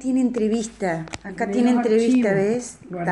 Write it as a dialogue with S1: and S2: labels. S1: tiene entrevista. Acá
S2: De
S1: tiene
S2: los
S1: entrevista,
S2: archivos
S1: ¿ves?